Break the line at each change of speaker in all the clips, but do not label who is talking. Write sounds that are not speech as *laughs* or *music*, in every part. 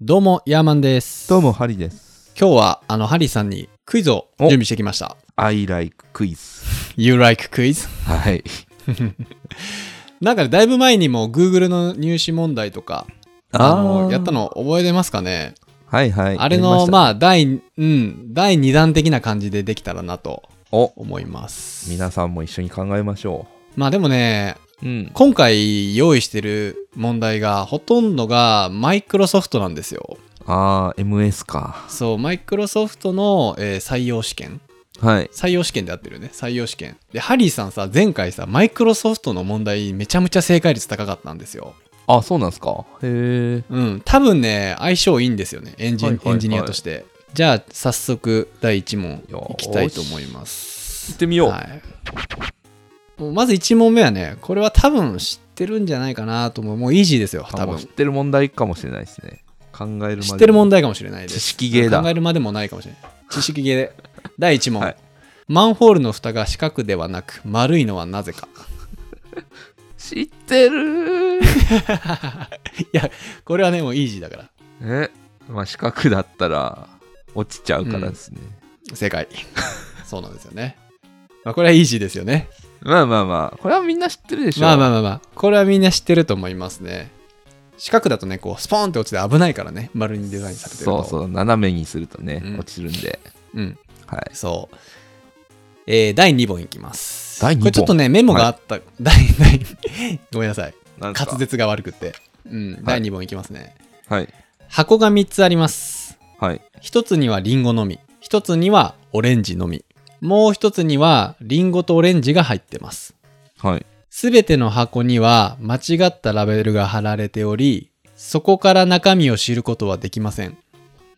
どうも、ヤーマンです。
どうも、。ハリです。
今日は、あの、ハリーさんにクイズを準備してきました。
I like quiz。
You like quiz?
はい。
なんかね、だいぶ前にも Google の入試問題とか、あのやった
の
の覚えてますかね
はいはい。
あれの、ま
あ。
あ、第、うん、第2弾的な感じでできたらなと
お、
思います。
皆さんも一緒に考えましょ
まあでもね、
う。うん。
今回用意してる問題が、ほとんどがマイクロソフトなんですよ。
あー、MS か。
そう、マイクロソフトの、えー採用試験。
はい。
採用試験で合ってるよね採用試験でハリーさんさ前回さマイクロソフトの問題めちゃめちゃ正解率高かったんですよ
あ、そうなんすか。へえ。
うん多分ね相性いいんですよねエンジ,、
はいはいはい
エンジニアとしてじゃあ早速第1問
よーし
いきたいと思います
行ってみよう。
はいまず1問目はねこれは多分知ってるんじゃないかなと思うもうイージーですよ
あ
多
もう
分
知ってる問題かもしれないですね。考えるまで。
知ってる問題かもしれないです
知識ゲーだ
考えるまでもないかもしれ
*laughs*
ない知識ゲーで第1問、
はい
マンホールの蓋が四角ではなく丸いのはなぜか
知ってる
いや、これはね、もうイージーだから。
*laughs* え、まあ、四角だったら、落ちちゃうからですね。
正解。 *laughs* そうなんですよね。まあ、これはイージーですよね。
まあまあまあ、これはみんな知ってるでしょ。
まあまあまあまあ、これはみんな知ってると思いますね。四角だとね、こう、スポーンって落ちて危ないからね、丸にデザインされてる
そ
と。
うそう、斜めにするとね、
うん
落ちるんで。
う。うん、
はい。
そう。えー第2問いきます。
第二問
これちょっとね、メモがあった。第第 *laughs* ごめんなさい。
なんすか
滑舌が悪くって。うん、第2問いきますね。
はい。
箱が3つあります。
はい。
一つにはリンゴのみ一つにはオレンジのみもう一つにはリンゴとオレンジが入ってます
はい。
すべての箱には間違ったラベルが貼られておりそこから中身を知ることはできません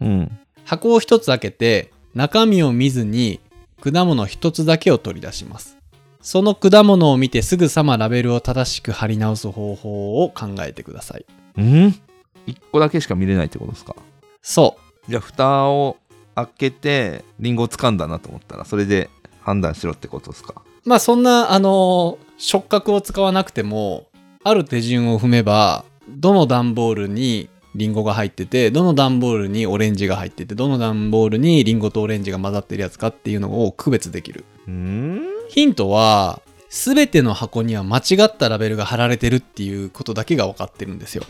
うん。
箱を一つ開けて中身を見ずに果物一つだけを取り出しますその果物を見てすぐさまラベルを正しく貼り直す方法を考えてください
うん一個だけしか見れないってことですか
そ
じゃあ蓋を開けてリンゴを掴んだなと思ったらそれで判断しろってことですか
うまあそんなあのー触覚を使わなくてもある手順を踏めばどの段ボールにリンゴが入っててどの段ボールにオレンジが入っててどの段ボールにリンゴとオレンジが混ざってるやつかっていうのを区別できる
うん
ヒントは全ての箱には間違ったラベルが貼られてるっていうことだけが分かってるんですよ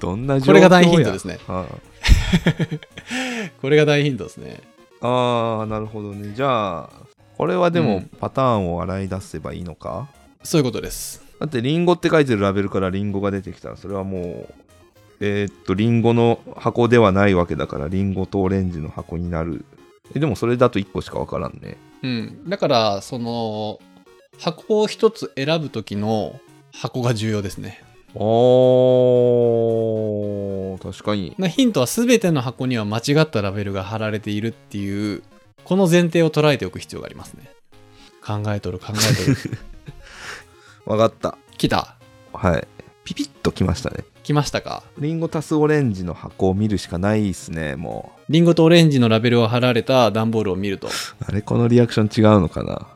どんな状況や
これが大ヒントですね
あ
これが大ヒントですね
ああーなるほどねじゃあこれはで
う
も
ん
パターンを洗い出せばいいのか、
そういうことです
だってリンゴって書いてるラベルからリンゴが出てきたらそれはもうえーっとリンゴの箱ではないわけだからリンゴとオレンジの箱になるえでもそれだと1個しかわからんね
うんだからその箱を一つ選ぶ時の箱が重要ですね
おー確かに
まあヒントは全ての箱には間違ったラベルが貼られているっていうこの前提を捉えておく必要がありますね考えとる考えとる
わかった
来た
はいピピッときましたね
来ましたか
リンゴ足すオレンジの箱を見るしかないですねも
リンゴとオレンジのラベルを貼られた段ボールを見ると
うあれこのリアクション違うのかな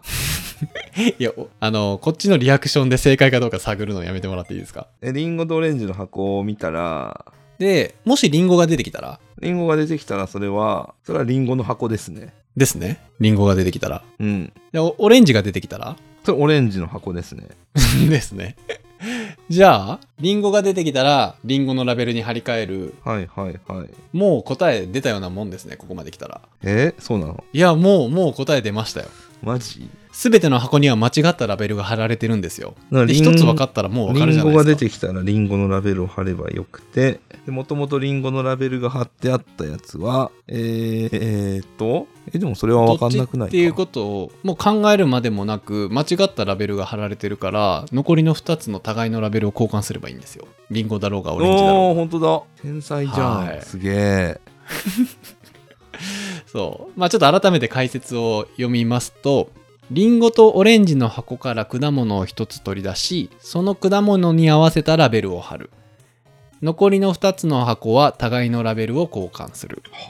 い
やおあのこっちのリアクションで正解かどうか探るのやめてもらっていいですか
えリンゴとオレンジの箱を見たら
でもしリンゴが出てきたら
リンゴが出てきたらそれはそれはリンゴの箱ですね
ですねリンゴが出てきたら
うん
でおオレンジが出てきたら *laughs*
それオレンジの箱ですね
ですね *laughs* じゃあリンゴが出てきたらリンゴのラベルに貼り替える
はいはいはい
もう答え出たようなもんですねここまで来たら
えそうなの
いや、もう、もう答え出ましたよ。
マジ
すべての箱には間違ったラベルが貼られてるんですよ。
な
で、
リンゴ
一つ分かったらもう分かるじ
リン
ゃな
ゴ
いで
が
すか。
出てきたらリンゴのラベルを貼ればよくてもともとリンゴのラベルが貼ってあったやつはえー、えー、っとえでもそれは分かんなくな
どっち
いか
っていうことをもう考えるまでもなく間違ったラベルが貼られてるから残りの2つの互いのラベルを交換すればいいんですよリンゴだろうがオレンジだろ
おおー本当だ天才じゃ
は
ん
い
すげえ
うがそうまあちょっと改めて解説を読みますとリンゴとオレンジの箱から果物を1つ取り出しその果物に合わせたラベルを貼る残りの2つの箱は互いのラベルを交換する
は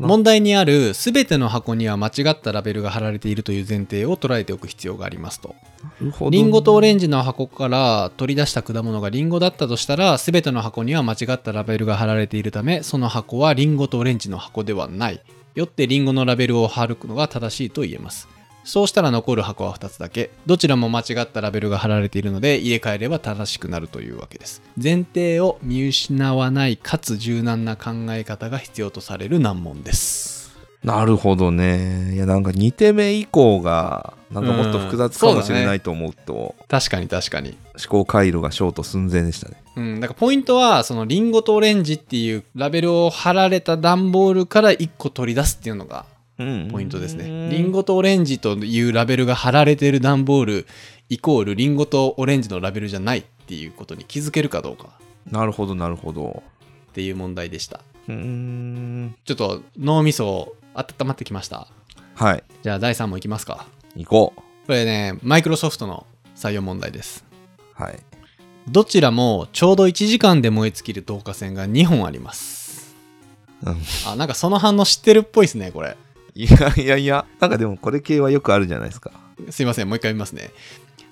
あ、
問題にある全ての箱には間違ったラベルが貼られているという前提を捉えておく必要がありますと
るほど
リンゴとオレンジの箱から取り出した果物がリンゴだったとしたら全ての箱には間違ったラベルが貼られているためその箱はリンゴとオレンジの箱ではないよってリンゴのラベルを貼るのが正しいと言えますそうしたら残る箱は2つだけどちらも間違ったラベルが貼られているので入れ替えれば正しくなるというわけです前提を見失わないかつ柔軟な考え方が必要とされる難問です
なるほどねいやなんか2手目以降がなんかもっと複雑かもしれないと思うと
確かに確かに
思考回路がショート寸前でしたね
うん、だからポイントはそのリンゴとオレンジっていうラベルを貼られた段ボールから1個取り出すっていうのがポイントですね。リン
ゴ
ゴとオレンジというラベルが貼られている段ボールイコールリンゴとオレンジのラベルじゃないっていうことに気づけるかどうか
なるほどなるほど
っていう問題でした。
うん
ちょっと脳みそ温まってきました。
はい
じゃあ第3問いきますか。
行こ
これね、マイクロソフトの採用問題です。
うはい
どちらもちょうど1時間で燃え尽きる導火線が2本あります。
うん
あ、なんかその反応知ってるっぽいですね、これ。
いやいやいやなんかでもこれ系はよくあるじゃないですか
すいません、もう一回見ますね。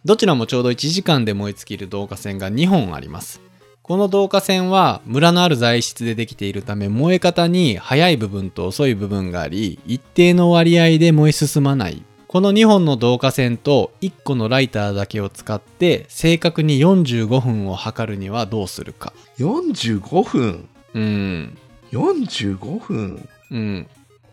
どちらもちょうど1時間で燃え尽きる導火線が2本あります。この導火線は村のある材質でできているため燃え方に早い部分と遅い部分があり一定の割合で燃え進まないこの2本の導火線と1個のライターだけを使って正確に45分を測るにはどうするか
45分
うん
45分
うん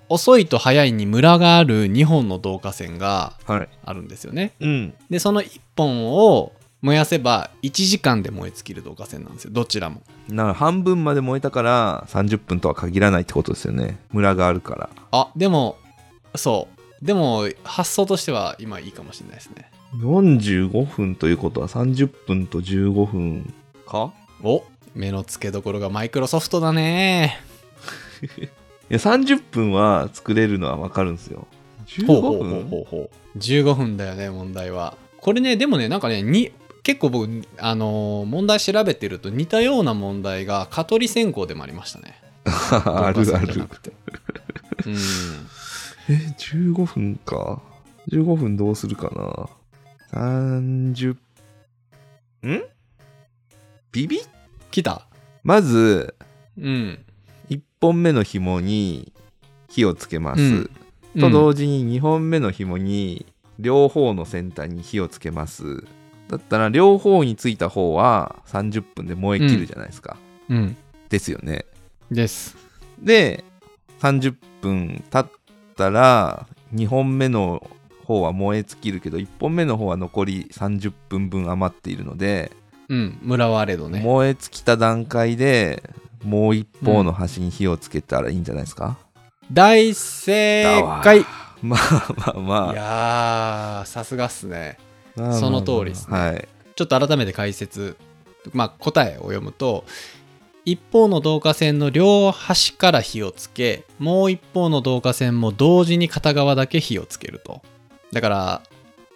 遅いと早いにムラがある2本の導火線が
はい
あるんですよね
うん
でその1本を燃やせば1時間で燃え尽きる導火線なんですよどちらも
なら半分まで燃えたから30分とは限らないってことですよねムラがあるから
あでもそうでも発想としては今いいかもしれないですね
45分ということは30分と15分か
お目の付けどころがマイクロソフトだね
いや30分は作れるのは分かるんですよ15分
ほうほうほうほうほう15分だよね問題はこれねでもねなんかねに結構僕あのー問題調べてると似たような問題が蚊取り線香でもありましたね
*laughs* あ
導火線
るあ
じゃ
る
なくてうん
え15分か15分どうするかな30んビビ
来た
まず
うん
1本目の紐に火をつけます、
うん
と同時に2本目の紐に両方の先端に火をつけますだったら両方についた方は30分で燃え切るじゃないですか、
うんうん
ですよね
です
で30分経ったら2本目の方は燃え尽きるけど1本目の方は残り30分分余っているので、
うん村はあれどね
燃え尽きた段階でもう一方の端に火をつけたらいいんじゃないですか、
大正解い
だまあまあ *laughs* まあ
やーさすがっすね
まあまあ
その通りですね
はい
ちょっと改めて解説、まあ、答えを読むと一方の導火線の両端から火をつけもう一方の導火線も同時に片側だけ火をつけるとだから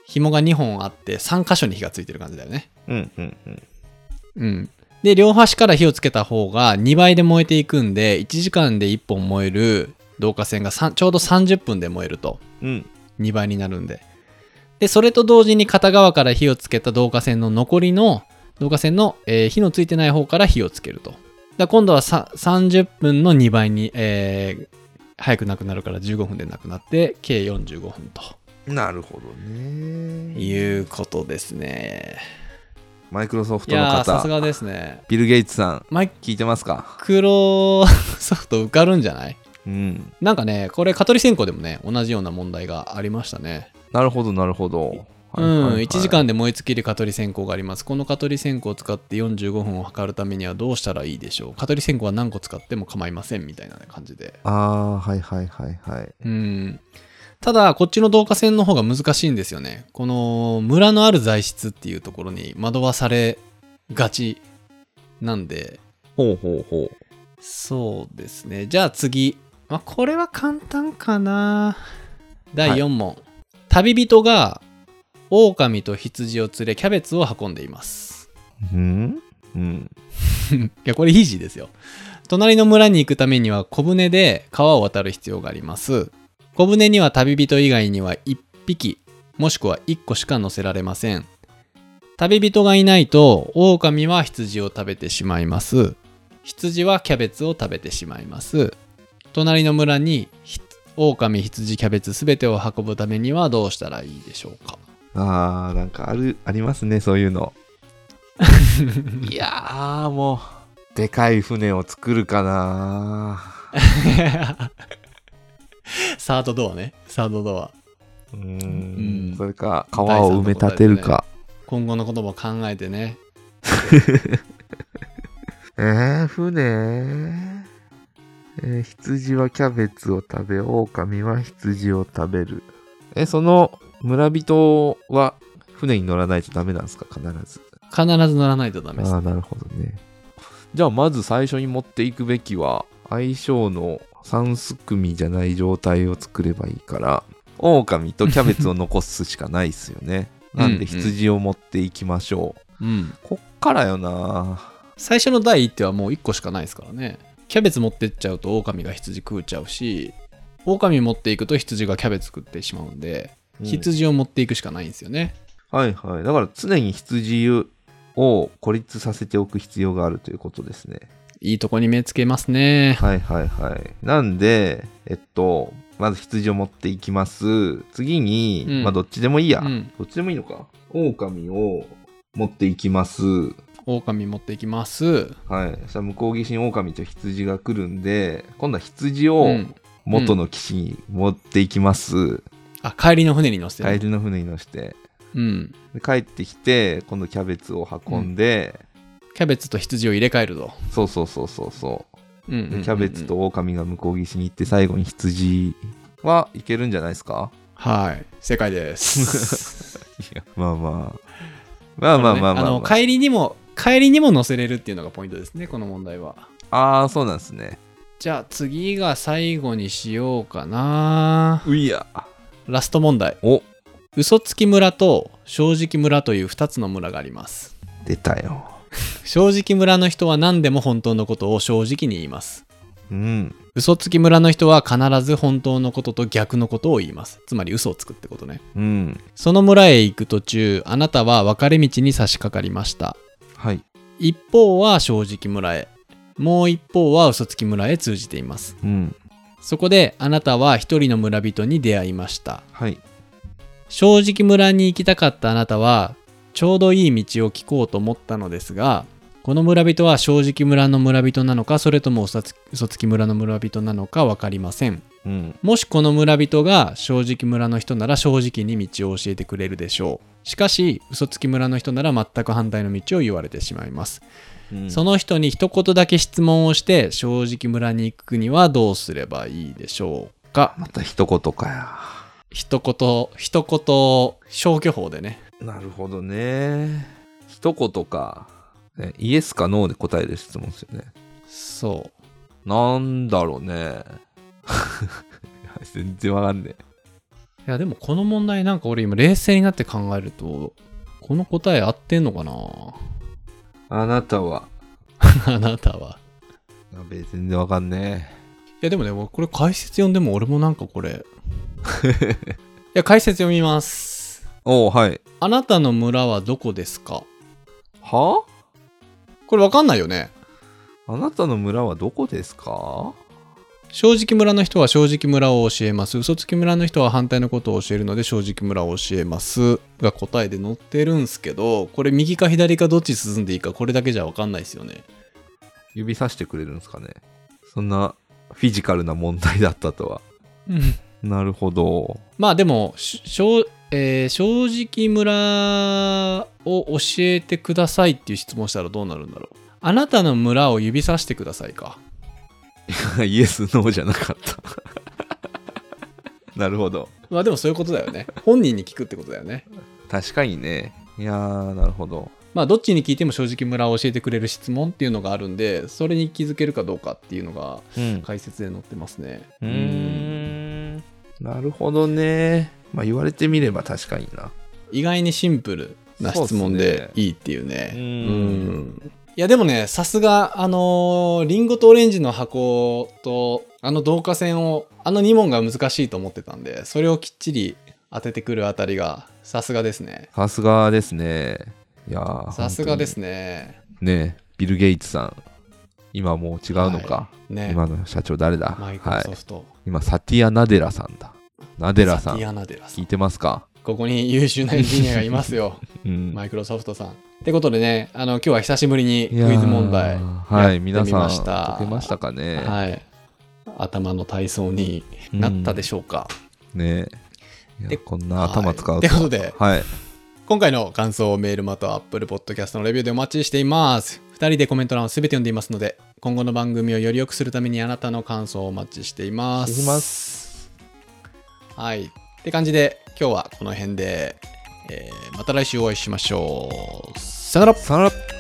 紐が2本あって3箇所に火がついてる感じだよね
うんうんうん
うん。で、両端から火をつけた方が2倍で燃えていくんで、1時間で1本燃える導火線がさんちょうど30分で燃えると。
うん
2倍になるんで。で、それと同時に片側から火をつけた導火線の残りの、導火線の、えー火のついてない方から火をつけると。だから今度はさ30分の2倍に、えー早くなくなるから15分でなくなって、計45分と
なるほどね
いうことですね。
マイクロソフ
い
トの
やー、さす
方
がですね。
ビル・ゲイツさん
マイ
聞いてますか
クロソフト受かるんじゃない *laughs*
うん
なんかね、これ、蚊取り線香でもね、同じような問題がありましたね。
なるほどなるほど
うん、1時間で燃え尽きる蚊取り線香があります。この蚊取り線香を使って45分を測るためにはどうしたらいいでしょう蚊取り線香は何個使っても構いませんみたいな感じで。
ああーはいはいはいはい
うん。ただ、こっちの導火線の方が難しいんですよね。この、村のある材質っていうところに惑わされがちなんで、
ほうほうほう
そうですね。じゃあ次。まあ、これは簡単かな。第4問。旅人が狼と羊を連れキャベツを運んでいます。
うんうん。
いや、これイージーですよ。隣の村に行くためには小舟で川を渡る必要があります。小舟には旅人以外には1匹、もしくは1個しか乗せられません。旅人がいないと、狼は羊を食べてしまいます。羊はキャベツを食べてしまいます。隣の村にひ狼、羊、キャベツすべてを運ぶためにはどうしたらいいでしょうか *laughs*
あー、なんかある、ありますね、そういう *laughs* の。いやー、もう、でかい船を作るかな
サードドアね。サードドア。
う
うんん。
それか、川を埋め立てるか。
今後のことも考えてね。
えー、船えー羊はキャベツを食べ、狼は羊を食べる。え、その村人は船に乗らないとダメなんですか必ず。
必ず乗らないとダメです
あ。あ、なるほどね。じゃあ、まず最初に持っていくべきは、相性の三すくみじゃない状態を作ればいいから、狼とキャベツを残すしかないっすよね。なんで羊を持っていきましょう。
うん、
こっからよな
最初の第一手はもう1個しかないですからねキャベツ持ってっちゃうと狼が羊食うちゃうし狼持っていくと羊がキャベツ食ってしまうんで、羊を持っていくしかないんですよね
はいはい。だから常に羊を孤立させておく必要があるということですね。
いいとこに目つけますね
はいはいはい。なんで、えっと、まず羊を持っていきます。次に、
うん
まあどっちでもいいや。
うん
どっちでもいいのか。狼を持っていきます。
狼持っていきます
はい。そしたら向こう岸に狼と羊が来るんで、今度は羊
う
を
ん
元の岸に持っていきます。
あ帰りの船に乗せて、
帰
ね、
りの船に乗して。
うん
で帰ってきて、今度キャベツを運んで、
キャベツと羊を入れ替えるぞ、
そうそうそうそうそう。
うんうんうんうん
でキャベツと狼が向こう岸に行って最後に羊はいけるんじゃないですか
はい正解です
いやまあまあまあ *laughs* まあまあまあ,、
あ
まあ
の帰りにも帰りにも乗せれるっていうのがポイントですねこの問題は
ああそうなんですね
じゃあ次が最後にしようかな
ういや
ラスト問題
お
嘘つき村と正直村という2つの村があります
出たよ
正直村の人は何でも本当のことを正直に言います
うん
嘘つき村の人は必ず本当のことと逆のことを言いますつまり嘘をつくってことね
うん
その村へ行く途中あなたは分かれ道に差し掛かりました
はい
一方は正直村へもう一方は嘘つき村へ通じています
うん
そこであなたは一人の村人に出会いました
はい
正直村に行きたかったあなたはちょうどいい道を聞こうと思ったのですがこの村人は正直村の村人なのかそれとも嘘つ嘘つき村の村人なのか分かりません
うん
もしこの村人が正直村の人なら正直に道を教えてくれるでしょうしかし嘘つき村の人なら全く反対の道を言われてしまいます
うん
その人に一言だけ質問をして正直村に行くにはどうすればいいでしょうか
また一言か
一言一言消去法でね
やなるほどね一言か、ね、イエスかノーで答える質問ですよね
そう
なんだろうね *laughs* 全然わかんねえ
いやでもこの問題なんか俺今冷静になって考えるとこの答え合ってんのかな *laughs*
あなたは
あなたは
やべえ全然わかんね
いやでもね俺これ解説読んでも俺もなんかこれ *laughs* いや解説読みます
え。おおはい。
あなたの村はどこですか
は
これわかんないよね
あなたの村はどこですか
正直村の人は正直村を教えます嘘つき村の人は反対のことを教えるので正直村を教えますが答えで載ってるんすけどこれ右か左かどっち進んでいいかこれだけじゃわかんないですよね
指さしてくれるんですかねそんなフィジカルな問題だったとは。
うん
なるほど。
まあでも、し正えー正直村を教えてくださいっていう質問したらどうなるんだろう。あなたの村を指さしてくださいか。
*laughs* イエス、ノーじゃなかった。なるほど。
まあでもそういうことだよね。本人に聞くってことだよね。
確かにね。いやー、なるほど。
まあどっちに聞いても正直村を教えてくれる質問っていうのがあるんで、それに気づけるかどうかっていうのが
うん。
解説で載ってますね。
うーん。なるほどね。まあ言われてみれば確かにな。
意外にシンプルな質問
そうっす
で
ね
いいっていうね。
うん
うんいやでもねさすがあのーリンゴとオレンジの箱とあの導火線をあの2問が難しいと思ってたんでそれをきっちり当ててくるあたりがさすがですね
さすがですね。いやー
さすがです
ね。
ね
ねえビル・ゲイツさん。今もう違うのか。
ね
今の社長誰だ
マイクロ
はい
ソ。フト、
今、サティア・ナデラさんだ。ナデラさ
サ
ん
ティ。アナデラさ
聞い
ん
てますか
ここに優秀なエンジニアがいます
*laughs*
よ
うん。
マイクロソフトさんってことでねあの今日は久しぶりにク
い
イ
やー
ズ問題
は
やって
い、
み
皆さん
ました
解けましたかね。
はい頭の体操になったでしょうか、
ねえ。い
で
やこんな頭使う
はいってことで
はい。
今回の感想をメールまたは Apple Podcast のレビューでお待ちしています。2人でコメント欄を全て読んでいますので、今後の番組をより良くするためにあなたの感想をお待ちしています。。
しています
はい。って感じで、今日はこの辺で、えーまた来週お会いしましょう。さよなら
さよなら